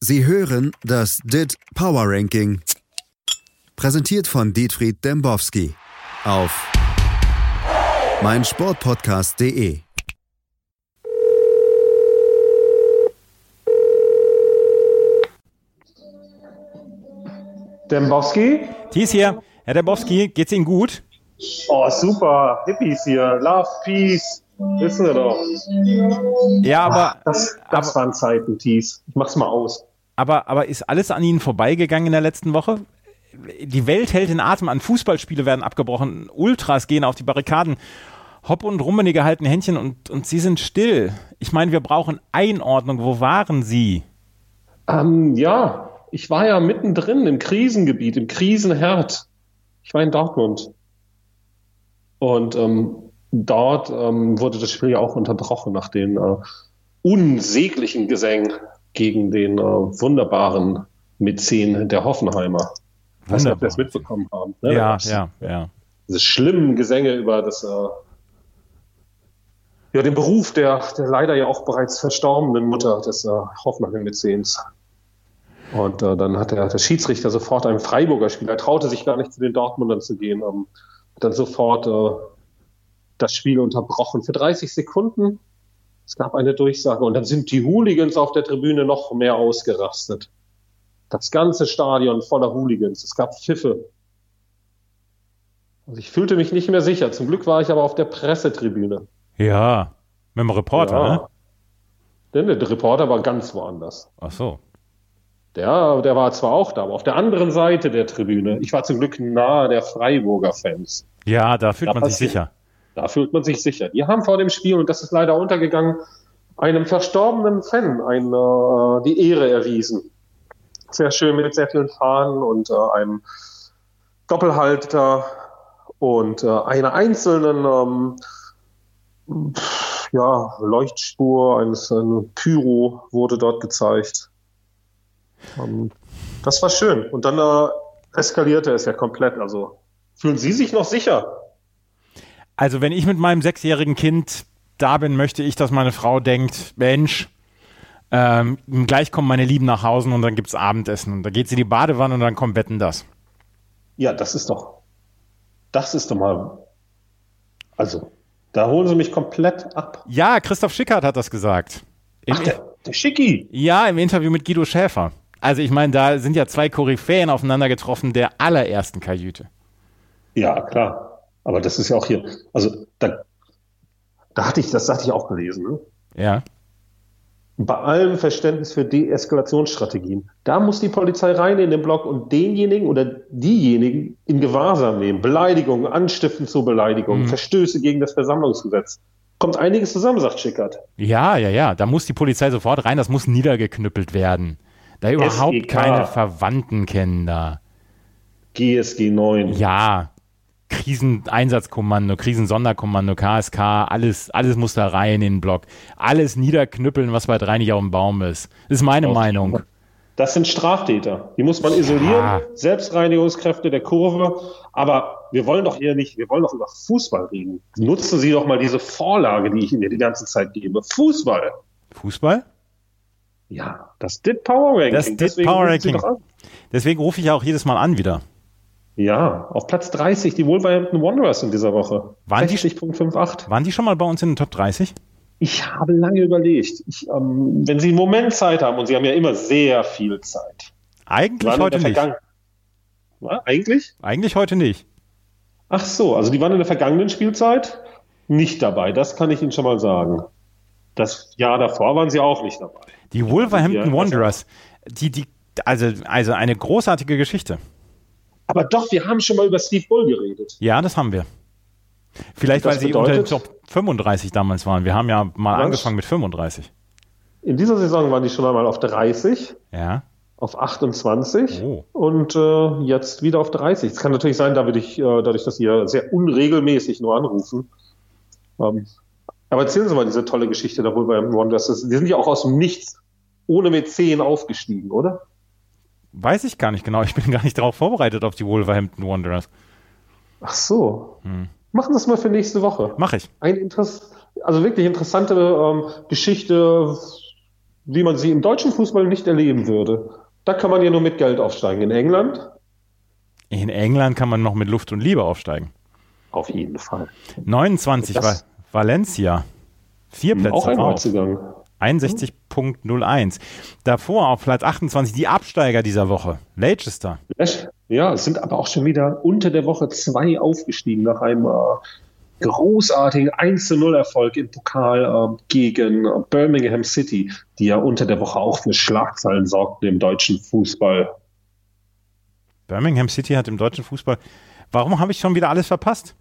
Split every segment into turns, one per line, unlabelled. Sie hören das DIT Power Ranking. Präsentiert von Dietfried Dembowski auf meinsportpodcast.de.
Dembowski?
Thies hier. Herr Dembowski, geht's Ihnen gut?
Oh, super. Hippies hier. Love, Peace. Wissen wir doch.
Ja, aber,
Das, das waren Zeiten, Thies. Ich mach's mal aus.
aber, aber ist alles an Ihnen vorbeigegangen in der letzten Woche? Die Welt hält den Atem an, Fußballspiele werden abgebrochen, Ultras gehen auf die Barrikaden, Hopp und Rummenigge halten Händchen und, und Sie sind still. Ich meine, wir brauchen Einordnung. Wo waren Sie?
Ähm, ja, ich war ja mittendrin im Krisengebiet, im Krisenherd. Ich war in Dortmund. Und ähm, dort ähm, wurde das Spiel ja auch unterbrochen nach den äh, unsäglichen Gesängen gegen den äh, wunderbaren Mäzen der Hoffenheimer. Ich weiß nicht, ob wir das mitbekommen haben. Ne? Da
Ja,
gab's
ja, ja.
diese schlimmen Gesänge über das, äh, ja, den Beruf der, der leider ja auch bereits verstorbenen Mutter des äh, Hoffenheim-Mäzens. Und äh, dann hat der, der Schiedsrichter sofort einem Freiburger Spieler, er traute sich gar nicht zu den Dortmundern zu gehen, ähm, hat dann sofort äh, das Spiel unterbrochen für 30 Sekunden. Es gab eine Durchsage und dann sind die Hooligans auf der Tribüne noch mehr ausgerastet. Das ganze Stadion voller Hooligans. Es gab Pfiffe, also ich fühlte mich nicht mehr sicher. Zum Glück war ich aber auf der Pressetribüne.
Ja, mit dem Reporter, ne?
Denn der Reporter war ganz woanders.
Ach so.
Der, der war zwar auch da, aber auf der anderen Seite der Tribüne. Ich war zum Glück nahe der Freiburger Fans.
Ja, da fühlt
Da
man sich
passiert-
sicher.
Da fühlt man sich sicher. Die haben vor dem Spiel, und das ist leider untergegangen, einem verstorbenen Fan ein, äh, die Ehre erwiesen. Sehr schön mit sehr vielen Fahnen und äh, einem Doppelhalter und äh, einer einzelnen ähm, pf, ja, Leuchtspur eines äh, Pyro wurde dort gezeigt. Ähm, das war schön. Und dann äh, eskalierte es ja komplett. Also fühlen Sie sich noch sicher?
Also, wenn ich mit meinem sechsjährigen Kind da bin, möchte ich, dass meine Frau denkt, Mensch, ähm, gleich kommen meine Lieben nach Hause und dann gibt's Abendessen. Und dann geht sie in die Badewanne und dann kommt Wetten das.
Ja, das ist doch, das ist doch mal, also, da holen sie mich komplett ab.
Ja, Christoph Schickhardt hat das gesagt. Im,
Ach, der, der Schicki.
ja, im Interview mit Guido Schäfer. Also ich meine, da sind ja zwei Koryphäen aufeinander getroffen der allerersten Kajüte.
Ja, klar. Aber das ist ja auch hier, also, da, da hatte ich, das hatte ich auch gelesen, ne?
Ja.
Bei allem Verständnis für Deeskalationsstrategien, da muss die Polizei rein in den Block und denjenigen oder diejenigen in Gewahrsam nehmen. Beleidigung, Anstiften zur Beleidigung, Verstöße gegen das Versammlungsgesetz. Kommt einiges zusammen, sagt Schickert.
Ja, ja, ja. Da muss die Polizei sofort rein, das muss niedergeknüppelt werden. Da überhaupt
SEK.
keine Verwandten kennen da.
GSG 9.
Ja. Kriseneinsatzkommando, Krisensonderkommando, KSK, alles, alles muss da rein in den Block. Alles niederknüppeln, was bei drei nicht auf dem Baum ist. Ist meine
Auf-
Meinung.
Das sind Straftäter. Die muss man isolieren.
Ja.
Selbstreinigungskräfte der Kurve. Aber wir wollen doch hier nicht, wir wollen doch über Fußball reden. Nutzen Sie doch mal diese Vorlage, die ich Ihnen die ganze Zeit gebe. Fußball.
Fußball?
Ja, das DIT Power Ranking.
Das DIT
Deswegen
Power
rufen Sie
Ranking.
doch an.
Deswegen rufe ich ja auch jedes Mal an wieder.
Ja, auf Platz 30 die Wolverhampton Wanderers in dieser Woche.
Waren die-
60.58.
Waren die schon mal bei uns in den Top 30?
Ich habe lange überlegt. Ich, ähm, wenn Sie einen Moment Zeit haben, und Sie haben ja immer sehr viel Zeit.
Eigentlich
Waren in
heute
der
nicht.
Vergangen- Na, eigentlich?
Eigentlich heute nicht.
Ach so, also die waren in der vergangenen Spielzeit nicht dabei. Das kann ich Ihnen schon mal sagen. Das Jahr davor waren sie auch nicht dabei.
Die Wolverhampton
Ja,
Wanderers, die, die, also, also eine großartige Geschichte.
Aber doch, wir haben schon mal über Steve Bull geredet.
Ja, das haben wir. Vielleicht,
Das
weil sie unter den
bedeutet-
Top 35 damals waren. Wir haben ja mal
Was?
angefangen mit 35.
In dieser Saison waren die schon einmal auf 30,
Ja.
auf 28
Oh.
und äh, jetzt wieder auf 30. Es kann natürlich sein, da würde ich, äh, dadurch, dass Sie ja sehr unregelmäßig nur anrufen. Ähm, aber erzählen Sie mal diese tolle Geschichte darüber im Wanderers. Das- Die sind ja auch aus dem Nichts ohne Mäzen aufgestiegen, oder?
Weiß ich gar nicht genau. Ich bin gar nicht darauf vorbereitet auf die Wolverhampton Wanderers.
Ach so. Machen Sie das mal für nächste Woche.
Mach ich.
ein Interess also wirklich interessante ähm, Geschichte, wie man sie im deutschen Fußball nicht erleben würde. Da kann man ja nur mit Geld aufsteigen. In England?
In England kann man noch mit Luft und Liebe aufsteigen.
Auf jeden Fall.
29 war
Das- Hm,
Valencia. Vier Plätze
Auch ein
drauf.
Neuzugang.
61.01. Davor auf Platz 28 die Absteiger dieser Woche. Leicester.
Echt? Ja, es sind aber auch schon wieder unter der Woche zwei aufgestiegen nach einem äh, großartigen 1-0-Erfolg im Pokal äh, gegen äh, Birmingham City, die ja unter der Woche auch für Schlagzeilen sorgten im deutschen Fußball.
Birmingham City hat im deutschen Fußball. Warum habe ich schon wieder alles verpasst?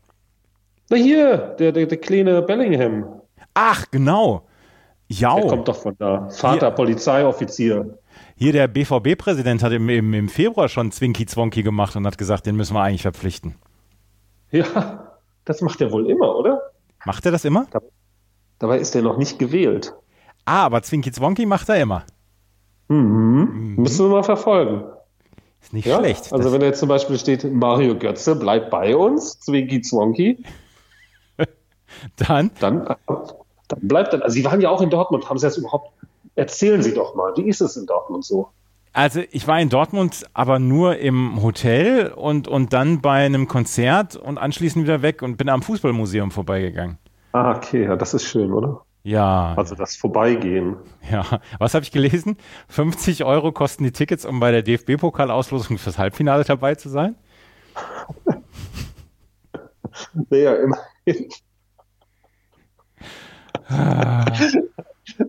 Na hier, der, der, der kleine Bellingham,
Ach, genau.
der
Jau.
kommt doch von da. Vater
Hier.
Polizeioffizier.
Hier der BVB-Präsident hat im, im, im Februar schon Zwinki-Zwonki gemacht und hat gesagt, den müssen wir eigentlich verpflichten.
Ja, das macht er wohl immer, oder?
Macht er das immer?
Dabei ist er noch nicht gewählt.
Ah, aber Zwinki-Zwonki macht er immer.
Mhm. Müssen wir mal verfolgen.
Ist nicht
Ja?
schlecht.
Also
Das-
wenn da jetzt zum Beispiel steht, Mario Götze bleibt bei uns, Zwinki Zwonki,
dann
dann, dann bleibt er. Also sie waren ja auch in Dortmund, haben sie das überhaupt, erzählen Sie doch mal, wie ist es in Dortmund so?
Also ich war in Dortmund, aber nur im Hotel und, und dann bei einem Konzert und anschließend wieder weg und bin am Fußballmuseum vorbeigegangen.
Ah, okay, ja, das ist schön, oder?
Ja,
Also das Vorbeigehen.
ja. Was habe ich gelesen? 50 Euro kosten die Tickets, um bei der DFB-Pokalauslosung fürs Halbfinale dabei zu sein.
Naja, immerhin.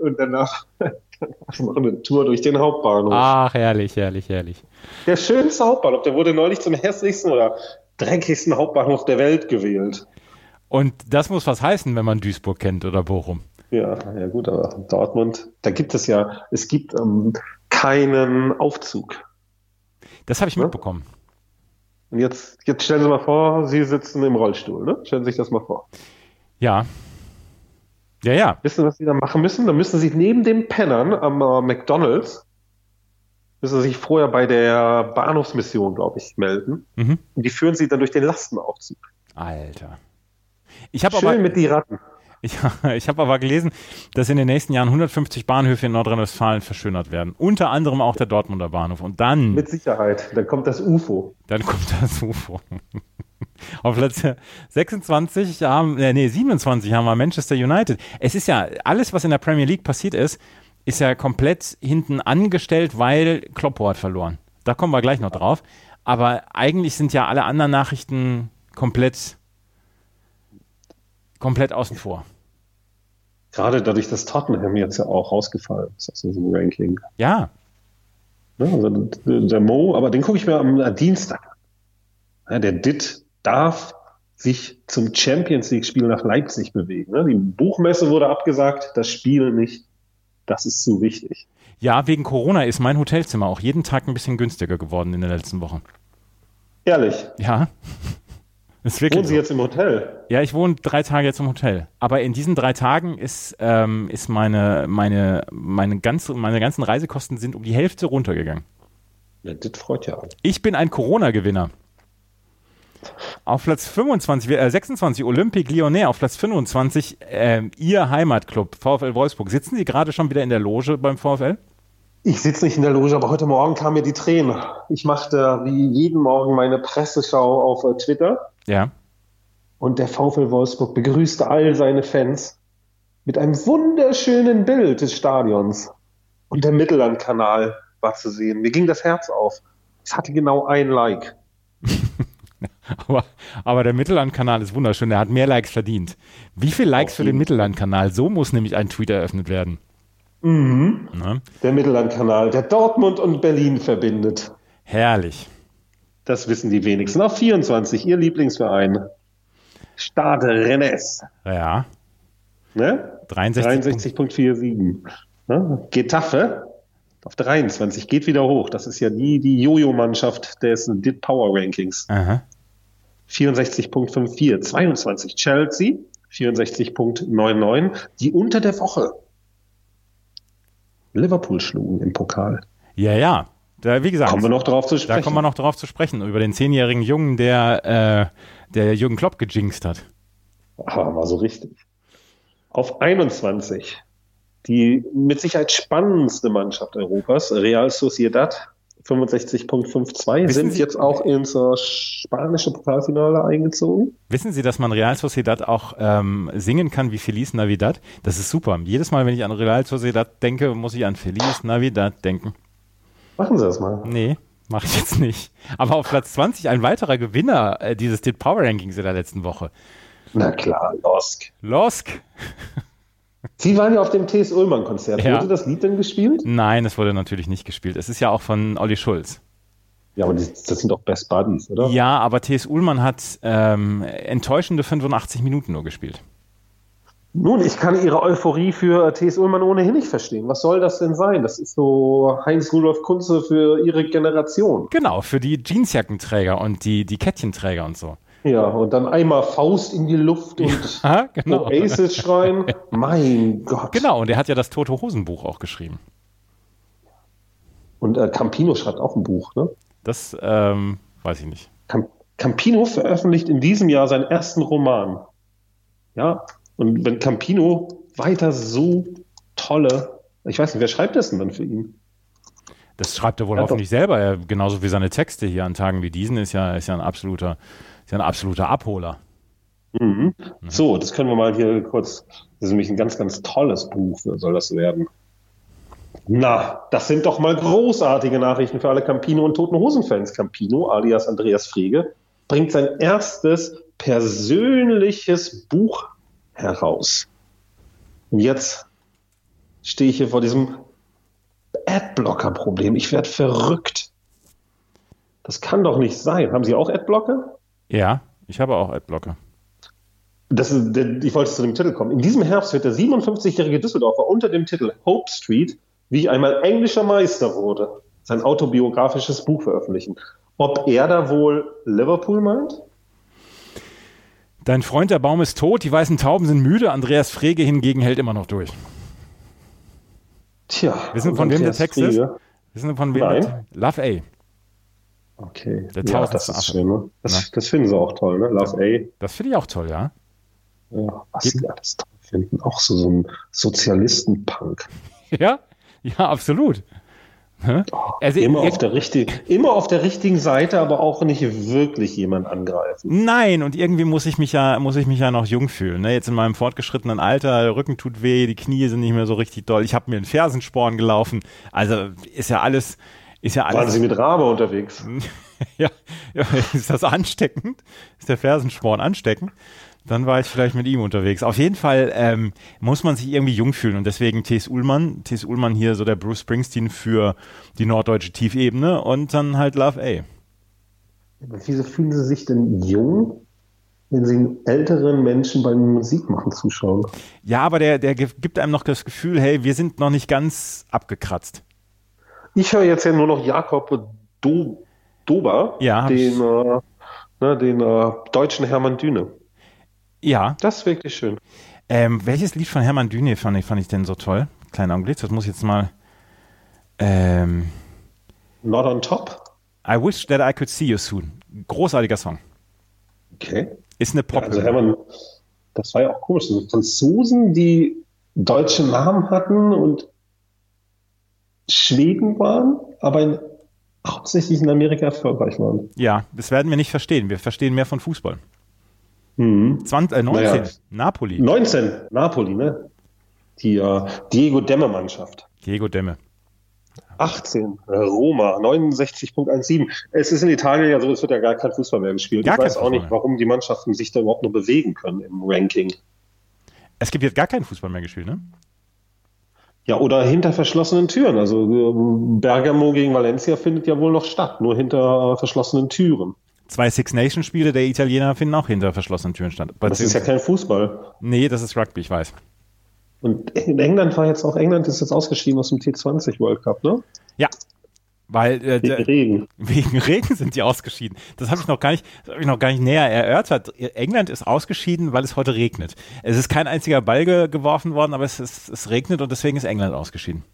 Und danach, danach machen wir eine Tour durch den Hauptbahnhof.
Ach, herrlich, herrlich, herrlich.
Der schönste Hauptbahnhof, der wurde neulich zum hässlichsten oder dreckigsten Hauptbahnhof der Welt gewählt.
Und das muss was heißen, wenn man Duisburg kennt oder Bochum.
Ja, ja gut, aber Dortmund, da gibt es ja, es gibt ähm, keinen Aufzug.
Das habe ich
Ja.
mitbekommen.
Und jetzt, jetzt stellen Sie mal vor, Sie sitzen im Rollstuhl, ne? Stellen Sie sich das mal vor.
Ja. Ja, ja.
Wissen Sie, was Sie da machen müssen? Da müssen Sie neben den Pennern am äh, McDonalds, müssen Sie sich vorher bei der Bahnhofsmission, glaube ich, melden.
Mhm.
Und die führen Sie dann durch den Lastenaufzug.
Alter. Ich habe aber
Schön mit die Ratten.
Ich, ich habe aber gelesen, dass in den nächsten Jahren 150 Bahnhöfe in Nordrhein-Westfalen verschönert werden. Unter anderem auch der Dortmunder Bahnhof. Und dann,
Mit Sicherheit. Dann kommt das UFO.
dann kommt das UFO. Auf Platz 26 haben, äh, nee, 27 haben wir Manchester United. Es ist ja, alles, was in der Premier League passiert ist, ist ja komplett hinten angestellt, weil Kloppo hat verloren. Da kommen wir gleich noch drauf. Aber eigentlich sind ja alle anderen Nachrichten komplett, komplett außen vor.
Gerade dadurch, dass Tottenham jetzt ja auch rausgefallen ist aus diesem Ranking.
Ja,
Ne, also der Mo, aber den gucke ich mir am Dienstag. an. Ja, der Dit darf sich zum Champions League-Spiel nach Leipzig bewegen. Ne? Die Buchmesse wurde abgesagt, das Spiel nicht. Das ist zu wichtig.
Ja, wegen Corona ist mein Hotelzimmer auch jeden Tag ein bisschen günstiger geworden in der letzten Woche.
Ehrlich,
Ja. Ist
wohnen
wirklich
Sie
so.
jetzt im Hotel?
Ja, ich wohne drei Tage jetzt im Hotel. Aber in diesen drei Tagen ist, ähm, ist meine, meine, meine, ganze, meine ganzen Reisekosten sind um die Hälfte runtergegangen.
Ja, Dit freut ja alle.
Ich bin ein Corona-Gewinner. Auf Platz 25, wir- äh, 26 Olympique Lyonnais, auf Platz 25 ähm, Ihr Heimatclub VfL Wolfsburg. Sitzen Sie gerade schon wieder in der Loge beim VfL?
Ich sitze nicht in der Loge, aber heute Morgen kamen mir die Tränen. Ich machte wie jeden Morgen meine Presseschau auf äh, Twitter.
Ja.
Und der VfL Wolfsburg begrüßte all seine Fans mit einem wunderschönen Bild des Stadions. Und der Mittellandkanal war zu sehen. Mir ging das Herz auf. Es hatte genau ein Like.
Aber, aber der Mittellandkanal ist wunderschön. Der hat mehr Likes verdient. Wie viel Likes
Auf
für den
jeden.
Mittellandkanal? So muss nämlich ein Tweet eröffnet werden. Ne?
Der Mittellandkanal, der Dortmund und Berlin verbindet.
Herrlich.
Das wissen die wenigsten. Auf 24, ihr Lieblingsverein. Stade Rennes.
Ja.
Ne?
63.
63.47. Ne? Getafe auf 23, geht wieder hoch. Das ist ja die, die Jojo-Mannschaft des Dit Power Rankings.
Aha.
64.54, 22 Chelsea, 64.99, die unter der Woche Liverpool schlugen im Pokal.
Ja, ja. Da, wie gesagt,
Kommen wir noch drauf zu
da
sprechen.
kommen wir noch drauf zu sprechen. Über den zehnjährigen Jungen, der, äh, der Jürgen Klopp gejinxt hat.
Ah, war so richtig. Auf 21 die mit Sicherheit spannendste Mannschaft Europas, Real Sociedad, 65.52,
Wissen
sind
Sie-
jetzt auch ins äh, spanische Pokalfinale eingezogen.
Wissen Sie, dass man Real Sociedad auch ähm, singen kann wie Feliz Navidad? Das ist super. Jedes Mal, wenn ich an Real Sociedad denke, muss ich an Feliz Navidad denken.
Machen Sie das mal.
Nee, mache ich jetzt nicht. Aber auf Platz 20 ein weiterer Gewinner äh, dieses Dit Power Rankings in der letzten Woche.
Na klar, Losk.
Losk.
Sie waren ja auf dem TS Ullmann-Konzert.
Ja.
Wurde das Lied denn gespielt?
Nein, es wurde natürlich nicht gespielt. Es ist ja auch von Olli Schulz.
Ja, aber das, das sind doch Best Buddies, oder?
Ja, aber T.S. Ullmann hat ähm, enttäuschende 85 Minuten nur gespielt.
Nun, ich kann Ihre Euphorie für T.S. Ullmann ohnehin nicht verstehen. Was soll das denn sein? Das ist so Heinz-Rudolf Kunze für Ihre Generation.
Genau, für die Jeansjackenträger und die, die Kettchenträger und so.
Ja, und dann einmal Faust in die Luft und
Aha, genau.
Oasis schreien. Mein Gott.
Genau, und er hat ja das Tote Hosenbuch auch geschrieben.
Und äh, Campino schreibt auch ein Buch, ne?
Das ähm, weiß ich nicht.
Cam Campino veröffentlicht in diesem Jahr seinen ersten Roman. Ja, und wenn Campino weiter so tolle, ich weiß nicht, wer schreibt das denn dann für ihn?
Das schreibt er wohl
Ja, doch.
hoffentlich selber, er, genauso wie seine Texte hier an Tagen wie diesen ist ja, ist ja ein absoluter, ist ja ein absoluter Abholer.
Mhm. So, das können wir mal hier kurz. Das ist nämlich ein ganz, ganz tolles Buch, ne, soll das werden. Na, das sind doch mal großartige Nachrichten für alle Campino und Toten Hosen-Fans. Campino, alias Andreas Frege, bringt sein erstes persönliches Buch heraus. Und jetzt stehe ich hier vor diesem Adblocker-Problem. Ich werde verrückt. Das kann doch nicht sein. Haben Sie auch Adblocker?
Ja, ich habe auch Adblocker.
Das ist, der- ich wollte zu dem Titel kommen. In diesem Herbst wird der 57-jährige Düsseldorfer unter dem Titel Hope Street, wie ich einmal englischer Meister wurde, sein autobiografisches Buch veröffentlichen. Ob er da wohl Liverpool meint?
Dein Freund, der Baum ist tot, die weißen Tauben sind müde, Andreas Frege hingegen hält immer noch durch.
Tja.
Wissen Sie, von wem der
Andreas
Text
Frege.
ist? Wissen Sie, von wem?
Nein.
das- Love A.
Okay. ja,
Der
das
tausendste
ist
Affe.
schön, ne? Das, das finden sie auch toll, ne? Love A.
Das finde ich auch toll, ja.
Ja, was
Geht-
sie alles toll finden. Auch so, so ein Sozialisten-Punk.
Ja? Ja, absolut. Hä? Also,
Immer
ir-
auf, der richtigen, immer auf der richtigen Seite, aber auch nicht wirklich jemand angreifen.
Nein, und irgendwie muss ich mich ja, muss ich mich ja noch jung fühlen. Ne? Jetzt in meinem fortgeschrittenen Alter, der Rücken tut weh, die Knie sind nicht mehr so richtig doll. Ich habe mir einen Fersensporn gelaufen. Also ist ja alles, ist ja
Waren sie
alles.
mit Rabe unterwegs?
Ja, ja, ist das ansteckend? Ist der Fersensporn ansteckend? Dann war ich vielleicht mit ihm unterwegs. Auf jeden Fall ähm, muss man sich irgendwie jung fühlen und deswegen T.S. Ullmann, T.S. Ullmann hier so der Bruce Springsteen für die norddeutsche Tiefebene und dann halt Love A.
Wieso fühlen Sie sich denn jung, wenn Sie einen älteren Menschen beim Musikmachen zuschauen?
Ja, aber der, der ge- gibt einem noch das Gefühl, hey, wir sind noch nicht ganz abgekratzt.
Ich höre jetzt ja nur noch Jakob Do Dober,
Ja, hab ich-
den, äh, ne, den äh, deutschen Hermann Düne.
Ja.
Das ist wirklich schön.
Ähm, welches Lied von Hermann Düne fand ich, fand ich denn so toll? Kleiner Augenblick, das muss ich jetzt mal. Ähm,
Not on top.
I wish that I could see you soon. Großartiger Song.
Okay.
Ist eine pop
Also Hermann, das war ja auch komisch. So Franzosen, die deutsche Namen hatten und Schweden waren, aber in, hauptsächlich in Amerika erfolgreich waren.
Ja, das werden wir nicht verstehen. Wir verstehen mehr von Fußball.
Mhm.
20, äh, 19,
Naja. Hm.
Napoli,
19, Napoli, ne? Die äh, Diego Demme-Mannschaft.
Diego Demme.
18, äh, Roma, 69.17. Es ist in Italien ja so, es wird ja gar kein Fußball mehr gespielt.
Gar
ich weiß
kein
auch
Fußball
nicht,
mehr.
warum die Mannschaften sich da überhaupt noch bewegen können im Ranking.
Es gibt jetzt gar keinen Fußball mehr gespielt, ne?
Ja, oder hinter verschlossenen Türen. Also äh, Bergamo gegen Valencia findet ja wohl noch statt, nur hinter äh, verschlossenen Türen.
Zwei Six Nations Spiele der Italiener finden auch hinter verschlossenen Türen statt.
Das ist ja kein Fußball.
nee, das ist Rugby, ich weiß.
Und in England war jetzt auch, England ist jetzt ausgeschieden aus dem T20 World Cup, ne?
Ja, weil äh,
Wegen
der-
Regen.
Wegen Regen sind die ausgeschieden. Das habe ich noch gar nicht, das habe ich noch gar nicht näher erörtert. England ist ausgeschieden, weil es heute regnet. Es ist kein einziger Ball ge geworfen worden, aber es, ist, es regnet und deswegen ist England ausgeschieden.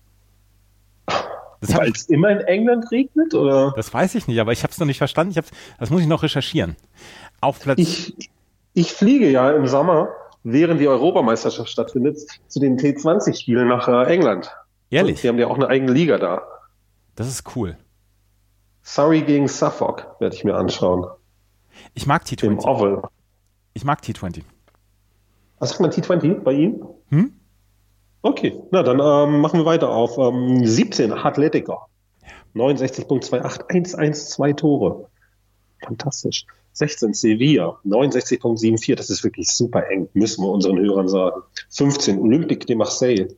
Das, hab,
Weil
ich-
es immer in England regnet, oder?
das weiß ich nicht, aber ich habe es noch nicht verstanden. Ich hab's, das muss ich noch recherchieren. Auf Platz.
ich, ich fliege ja im Sommer während die Europameisterschaft stattfindet, zu den T20-Spielen nach äh, England.
Ehrlich?
Die haben ja auch eine eigene Liga da.
Das ist cool.
Surrey gegen Suffolk werde ich mir anschauen.
Ich mag
Im
T20.
Oval.
Ich mag T20.
Was sagt man T20 bei Ihnen?
Hm?
Okay, na dann ähm, machen wir weiter auf ähm, 17, Athletiker. 69.28, 112 Tore. Fantastisch. 16, Sevilla, 69.74, das ist wirklich super eng, müssen wir unseren Hörern sagen. 15, Olympique de Marseille,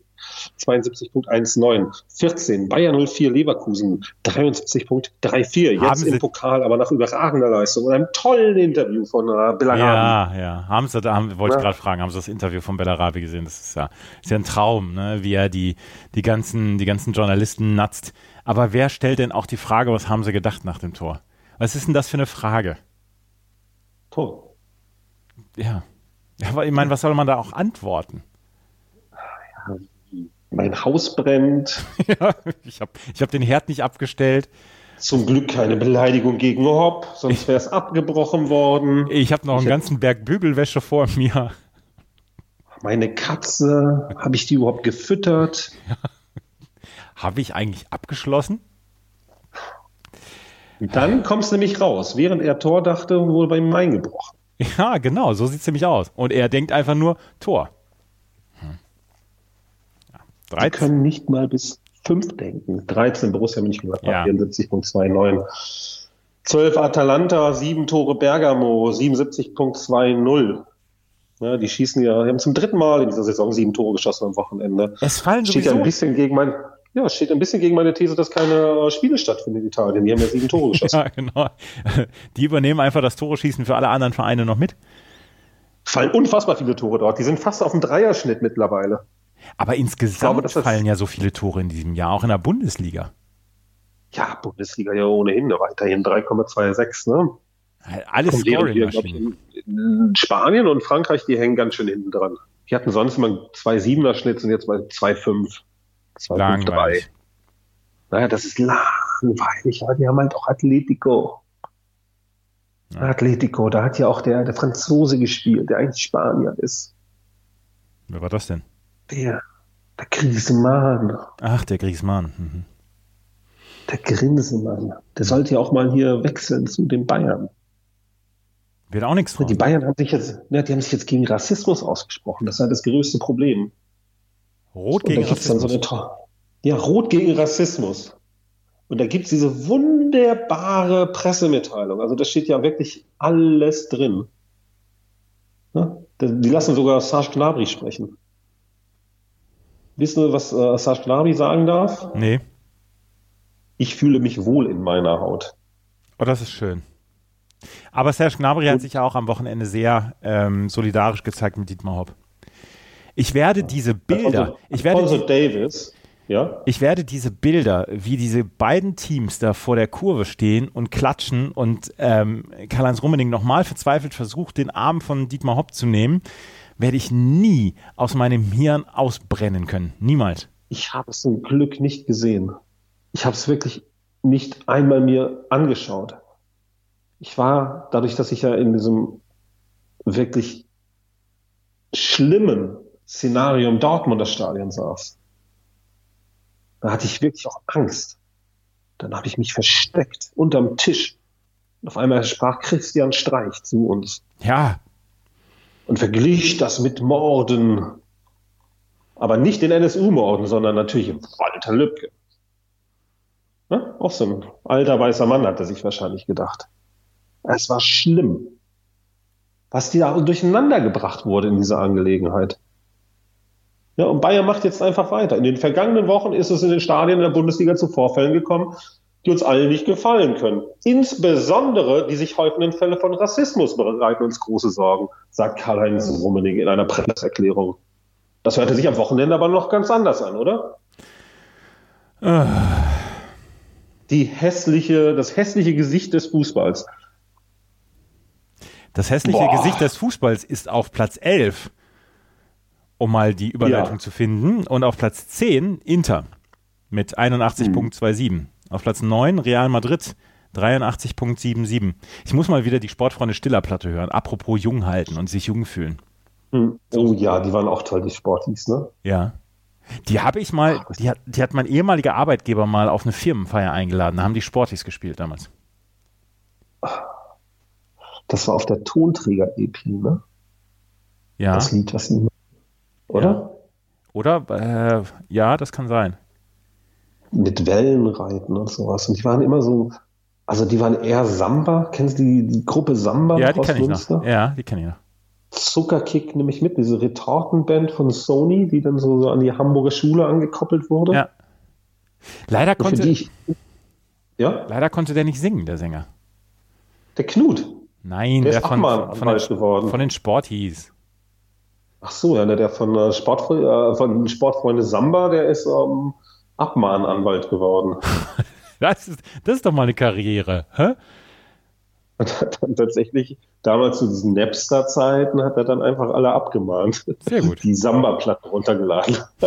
72.19. 14, Bayern 04, Leverkusen, 73.34. Jetzt
Haben Sie-
im Pokal, aber nach überragender Leistung und einem tollen Interview von äh, Bellarabi.
Ja, ja. Haben Sie, da haben, wollte ich
Ja.
gerade fragen, haben Sie das Interview von Bellarabi gesehen? Das ist ja, ist ja ein Traum, ne? wie er die, die, ganzen, die ganzen Journalisten natzt. Aber wer stellt denn auch die Frage, was haben Sie gedacht nach dem Tor? Was ist denn das für eine Frage?
Toll.
Ja. Ja, Aber ich meine, was soll man da auch antworten?
Mein Haus brennt.
Ja, ich habe ich hab den Herd nicht abgestellt.
Zum Glück keine Beleidigung gegen Hopp, sonst wäre es abgebrochen worden.
Ich habe noch einen ganzen Berg Bügelwäsche vor mir.
Meine Katze, habe ich die überhaupt gefüttert?
Habe ich eigentlich abgeschlossen?
Dann kommst du nämlich raus. Während er Tor dachte, wurde bei ihm eingebrochen.
Ja, genau, so sieht es nämlich aus. Und er denkt einfach nur Tor. Hm. Ja,
Die
13.
können nicht mal bis fünf denken. 13 Borussia Mönchengladbach,
Ja.
74.29. 12 Atalanta, 7 Tore Bergamo, 77.20. Ja, die schießen ja, die haben zum dritten Mal in dieser Saison sieben Tore geschossen am Wochenende.
Es fallen
steht ein
sowieso.
bisschen gegen mein, ja, steht ein bisschen gegen meine These, dass keine äh, Spiele stattfinden in Italien. Die haben ja sieben Tore geschossen.
Ja, genau. Die übernehmen einfach das Tore-Schießen für alle anderen Vereine noch mit.
Fallen unfassbar viele Tore dort. Die sind fast auf dem Dreierschnitt mittlerweile.
Aber insgesamt
glaube, das ist-
fallen ja so viele Tore in diesem Jahr, auch in der Bundesliga.
Ja, Bundesliga ja ohnehin weiterhin 3,26. Ne?
Alles
Und während wir, glaub ich,
Scoring-Maschinen.
in Spanien und Frankreich, die hängen ganz schön hinten dran. Die hatten sonst immer einen 2,7er-Schnitt und jetzt mal 2,5. 2,53.
Langweilig.
Naja, das ist langweilig, aber die haben halt auch Atletico.
Ja.
Atletico, da hat ja auch der, der Franzose gespielt, der eigentlich Spanier ist.
Wer war das denn?
Der, der Grisemann,
Ach, der Griezmann. Mhm.
der Grinsemann, der sollte ja auch mal hier wechseln zu den Bayern.
Wird auch nichts
Die
draus.
Bayern haben sich jetzt, ne, die haben sich jetzt gegen Rassismus ausgesprochen. Das ist halt das größte Problem.
Rot
Und da
gegen
gibt's dann so
Rassismus.
eine to- Ja, Rot gegen Rassismus. Und da gibt es diese wunderbare Pressemitteilung. Also da steht ja wirklich alles drin. Ne? Da- Die lassen sogar Serge Gnabry sprechen. Wissen Sie, was äh, Serge Gnabry sagen darf?
Nee,
Ich fühle mich wohl in meiner Haut.
oh, das ist schön. Aber Serge Gnabry hat sich ja auch am Wochenende sehr ähm, solidarisch gezeigt mit Dietmar Hopp. Ich werde diese Bilder,
Alfonso,
ich werde
Also Alfonso Davis, ja,
Ich werde diese Bilder, wie diese beiden Teams da vor der Kurve stehen und klatschen und ähm, Karl-Heinz Rummening nochmal verzweifelt versucht, den Arm von Dietmar Hopp zu nehmen, werde ich nie aus meinem Hirn ausbrennen können. Niemals.
ich habe es zum Glück nicht gesehen. Ich habe es wirklich nicht einmal mir angeschaut. Ich war, dadurch, dass ich ja in diesem wirklich schlimmen Szenario im Dortmunder Stadion saß, da hatte ich wirklich auch Angst. Dann habe ich mich versteckt unterm Tisch. Und auf einmal sprach Christian Streich zu uns
Ja,
und verglich das mit Morden. Aber nicht den NSU-Morden, sondern natürlich Walter Lübcke. Ne? Auch so ein alter weißer Mann hat er sich wahrscheinlich gedacht. Es war schlimm, was die da durcheinander gebracht wurde in dieser Angelegenheit. Ja, und Bayern macht jetzt einfach weiter. In den vergangenen Wochen ist es in den Stadien der Bundesliga zu Vorfällen gekommen, die uns allen nicht gefallen können. Insbesondere die sich häufenden Fälle von Rassismus bereiten uns große Sorgen, sagt Karl-Heinz Rummenigge in einer Presseerklärung. Das hörte sich am Wochenende aber noch ganz anders an, oder? Die hässliche, das hässliche Gesicht des Fußballs.
das hässliche
Boah.
Gesicht des Fußballs ist auf Platz 11, um mal die Überleitung
Ja.
zu finden. Und auf Platz 10 Inter mit
Hm.
81.27. Auf Platz 9 Real Madrid 83.77. Ich muss mal wieder die Sportfreunde Stiller Platte hören. Apropos jung halten und sich jung fühlen.
Hm. Oh ja, die waren auch toll, die Sportlis, ne?
Ja. Die habe ich mal, die hat, die hat mein ehemaliger Arbeitgeber mal auf eine Firmenfeier eingeladen. Da haben die Sportis gespielt damals.
Das war auf der Tonträger-EP, ne?
Ja.
Das Lied, was ihm. Oder?
Oder? Äh, ja, das kann sein.
Mit Wellenreiten und sowas. Und die waren immer so, also die waren eher Samba. Kennst du die, die Gruppe Samba
Ja, die
aus
kenne ich
Münster?
noch. Ja, die kenne ich noch.
Zuckerkick nehme ich mit, diese Retortenband von Sony, die dann so, so an die Hamburger Schule angekoppelt wurde.
Ja. äh, Leider
Und für
konnte,
die ich, ja,
leider konnte der nicht singen, der Sänger.
der Knut.
Nein,
Der
der,
ist auch
von,
mal
von,
Anwalt
den,
geworden.
von den Sportis.
Ach so, ja, ne, der von, äh, Sportfre äh, von Sportfreunde Samba, der ist ähm, Abmahnanwalt geworden.
Das ist, das ist doch mal eine Karriere. Hä?
Und hat dann tatsächlich damals zu diesen Napster-Zeiten hat er dann einfach alle abgemahnt.
Sehr gut.
Die Samba-Platten runtergeladen.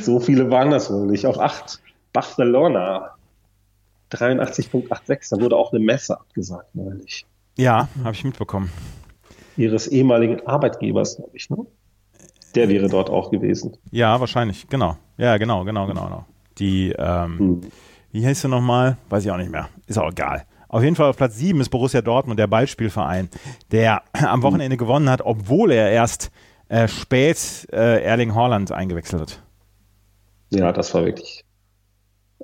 so viele waren das wohl nicht. Auf 8 Barcelona. 83.86, da wurde auch eine Messe abgesagt, neulich.
Ja, habe ich mitbekommen.
Ihres ehemaligen Arbeitgebers, glaube ich, ne? Der wäre dort auch gewesen.
Ja, wahrscheinlich, genau. Ja, genau, genau, genau. genau. Die, ähm,
Hm.
wie heißt sie nochmal? Weiß ich auch nicht mehr. Ist auch egal. Auf jeden Fall auf Platz 7 ist Borussia Dortmund, der Ballspielverein, der
Hm.
am Wochenende gewonnen hat, obwohl er erst äh, spät äh, Erling Haaland eingewechselt hat.
Ja, das war wirklich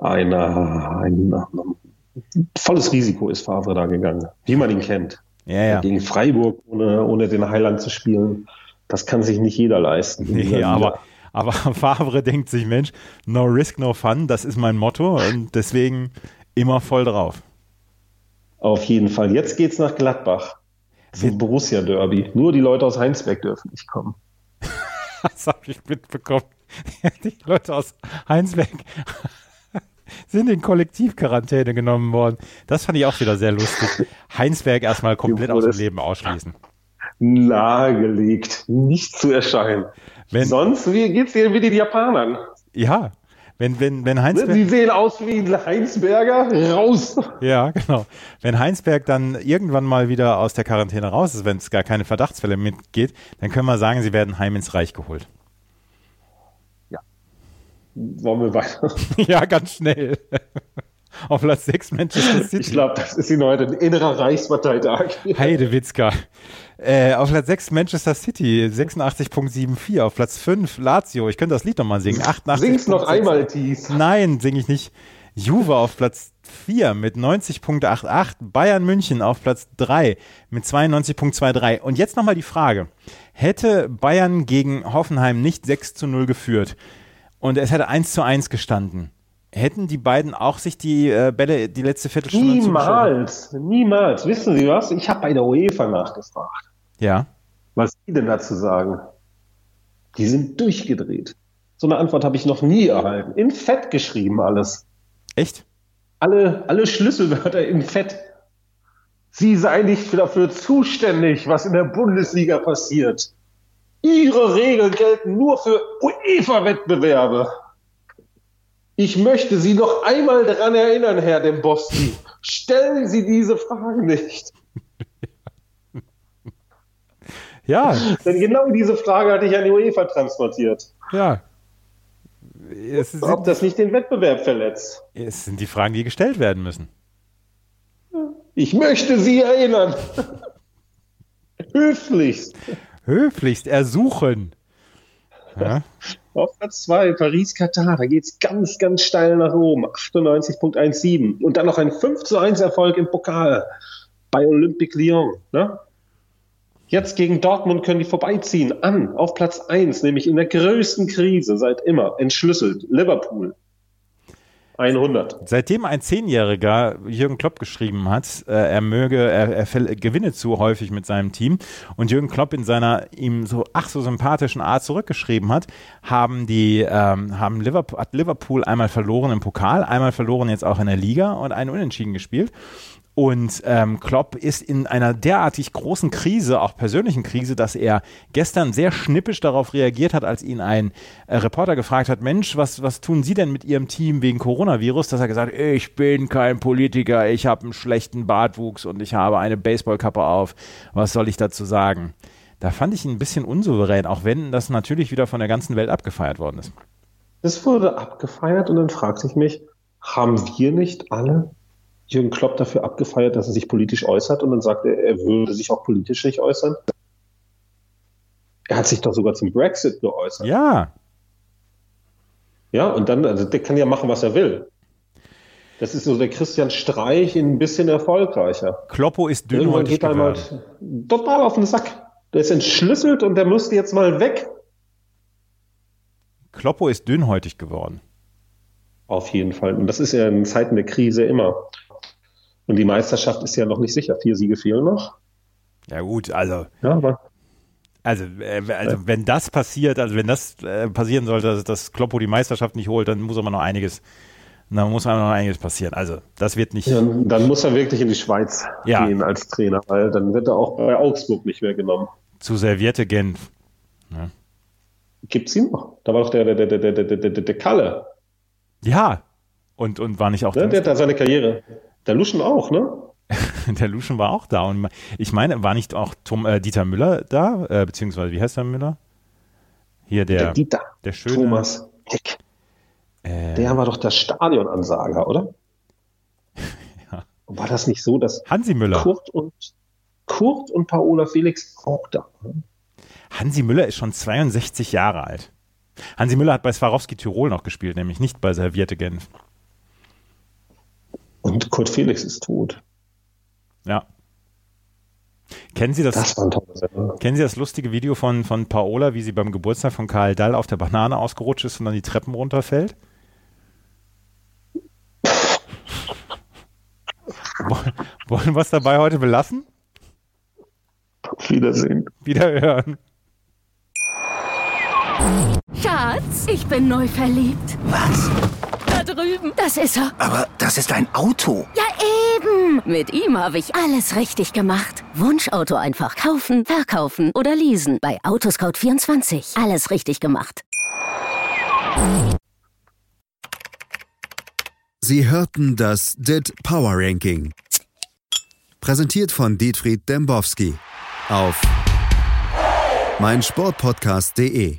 ein, äh, ein, ein volles Risiko ist Favre da gegangen, wie man ihn kennt.
Ja, ja.
Gegen Freiburg ohne, ohne den Heiland zu spielen, das kann sich nicht jeder leisten. Also,
Nee, aber, aber Favre denkt sich, Mensch, no risk, no fun, das ist mein Motto und deswegen immer voll drauf.
Auf jeden Fall. Jetzt geht's nach Gladbach. Zum Borussia-Derby. Nur die Leute aus Heinsberg dürfen nicht kommen.
Das habe ich mitbekommen. Die Leute aus Heinsberg sind in Kollektivquarantäne genommen worden. Das fand ich auch wieder sehr lustig. Heinsberg erstmal komplett aus dem Leben ausschließen.
Nahegelegt, nicht zu erscheinen.
Wenn-
Sonst wie geht's dir wie den Japanern?
Ja, wenn, wenn, wenn
Ne?
Heinsberg.
Sie sehen aus wie ein Heinsberger. Raus!
Ja, genau. Wenn Heinsberg dann irgendwann mal wieder aus der Quarantäne raus ist, wenn es gar keine Verdachtsfälle mitgeht, dann können wir sagen, sie werden heim ins Reich geholt.
Wollen wir weiter?
Ja, ganz schnell. Auf Platz 6 Manchester City.
Ich glaube, das ist Ihnen heute ein innerer Reichsparteitag.
Heidewitzka. Äh, auf Platz 6 Manchester City, 86.74. Auf Platz 5 Lazio. Ich könnte das Lied nochmal singen. 88.
Sing's noch einmal, Thies.
Nein, singe ich nicht. Juve auf Platz 4 mit 90.88. Bayern München auf Platz 3 mit 92.23. Und jetzt nochmal die Frage. Hätte Bayern gegen Hoffenheim nicht 6 zu 0 geführt und es hätte 1 zu 1 gestanden, hätten die beiden auch sich die äh, Bälle die letzte Viertelstunde zugeschoben?
Niemals, niemals. Wissen Sie was? Ich habe bei der UEFA nachgefragt,
Ja.
was die denn dazu sagen. Die sind durchgedreht. So eine Antwort habe ich noch nie erhalten. In Fett geschrieben alles.
Echt?
Alle, alle Schlüsselwörter in Fett. Sie seien nicht dafür zuständig, was in der Bundesliga passiert. Ihre Regeln gelten nur für UEFA-Wettbewerbe. Ich möchte Sie noch einmal daran erinnern, Herr Demboski. Stellen Sie diese Fragen nicht.
Ja,
Denn genau diese Frage hatte ich an die UEFA transportiert.
ja. Es sind,
Ob das nicht den Wettbewerb verletzt.
es sind die Fragen, die gestellt werden müssen.
Ich möchte Sie erinnern. Höflichst.
Höflichst ersuchen. Ja,
Auf Platz 2, Paris-Katar, da geht's ganz, ganz steil nach oben. 98.17. Und dann noch ein 5 zu 1 Erfolg im Pokal bei Olympique Lyon. Ne? Jetzt gegen Dortmund können die vorbeiziehen. An, auf Platz 1, nämlich in der größten Krise seit immer, entschlüsselt. Liverpool. 100.
Seitdem ein Zehnjähriger Jürgen Klopp geschrieben hat, äh, er möge, er, er fäll- gewinne zu häufig mit seinem Team und Jürgen Klopp in seiner ihm so ach so sympathischen Art zurückgeschrieben hat, haben die ähm, haben Liverpool, hat Liverpool einmal verloren im Pokal, einmal verloren jetzt auch in der Liga und einen Unentschieden gespielt. Und ähm, Klopp ist in einer derartig großen Krise, auch persönlichen Krise, dass er gestern sehr schnippisch darauf reagiert hat, als ihn ein äh, Reporter gefragt hat, Mensch, was, was tun Sie denn mit Ihrem Team wegen Coronavirus? Dass er gesagt, hat, ich bin kein Politiker, ich habe einen schlechten Bartwuchs und ich habe eine Baseballkappe auf. Was soll ich dazu sagen? Da fand ich ihn ein bisschen unsouverän, auch wenn das natürlich wieder von der ganzen Welt abgefeiert worden ist.
Das wurde abgefeiert und dann fragte ich mich, haben wir nicht alle Jürgen Klopp dafür abgefeiert, dass er sich politisch äußert und dann sagt er, er würde sich auch politisch nicht äußern? Er hat sich doch sogar zum Brexit geäußert.
Ja,
Ja, und dann, also der kann ja machen, was er will. Das ist so der Christian Streich in ein bisschen erfolgreicher.
Kloppo ist
Irgendwann
dünnhäutig
geht einem
geworden.
halt total auf den Sack. Der ist entschlüsselt und der müsste jetzt mal weg.
Kloppo ist dünnhäutig geworden.
Auf jeden Fall. Und das ist ja in Zeiten der Krise immer. Und die Meisterschaft ist ja noch nicht sicher. Vier Siege fehlen noch.
Ja gut, also,
Ja, aber
also, äh, also wenn das passiert, also wenn das äh, passieren sollte, dass, dass Kloppo die Meisterschaft nicht holt, dann muss aber noch einiges, dann muss aber noch einiges passieren. Also das wird nicht.
dann, dann muss er wirklich in die Schweiz
Ja.
gehen als Trainer, weil dann wird er auch bei Augsburg nicht mehr genommen.
zu Serviette Genf.
Gibt's ihn noch? Da war doch der, der, der, der, der, der, der, der Kalle.
Ja. Und, und war nicht auch
Ne? Der
der,
hat da seine Karriere. Der Luschen auch, ne?
der Luschen war auch da. Und ich meine, war nicht auch Tom, äh, Dieter Müller da? Äh, beziehungsweise, wie heißt der Müller? Hier der,
Der Dieter.
der schöne-
Thomas Heck.
äh,
Der war doch der Stadionansager, oder?
Ja.
War das nicht so, dass
Hansi Müller.
Kurt und, Kurt und Paola Felix auch da waren?
Hansi Müller ist schon 62 Jahre alt. Hansi Müller hat bei Swarovski Tirol noch gespielt, nämlich nicht bei Serviette Genf.
Und Kurt Felix ist tot.
Ja. Kennen Sie das,
Das war ein toller Sender.
kennen Sie das lustige Video von, von Paola, wie sie beim Geburtstag von Karl Dall auf der Banane ausgerutscht ist und dann die Treppen runterfällt? Woll- Wollen wir es dabei heute belassen?
Auf Wiedersehen.
Wiederhören.
Schatz, ich bin neu verliebt.
Was? Ah.
Da drüben. Das ist er.
Aber das ist ein Auto.
Ja, eben. Mit ihm habe ich alles richtig gemacht. Wunschauto einfach kaufen, verkaufen oder leasen. Bei Autoscout24. Alles richtig gemacht.
Sie hörten das DIT Power Ranking. Präsentiert von Dietfried Dembowski auf meinsportpodcast.de.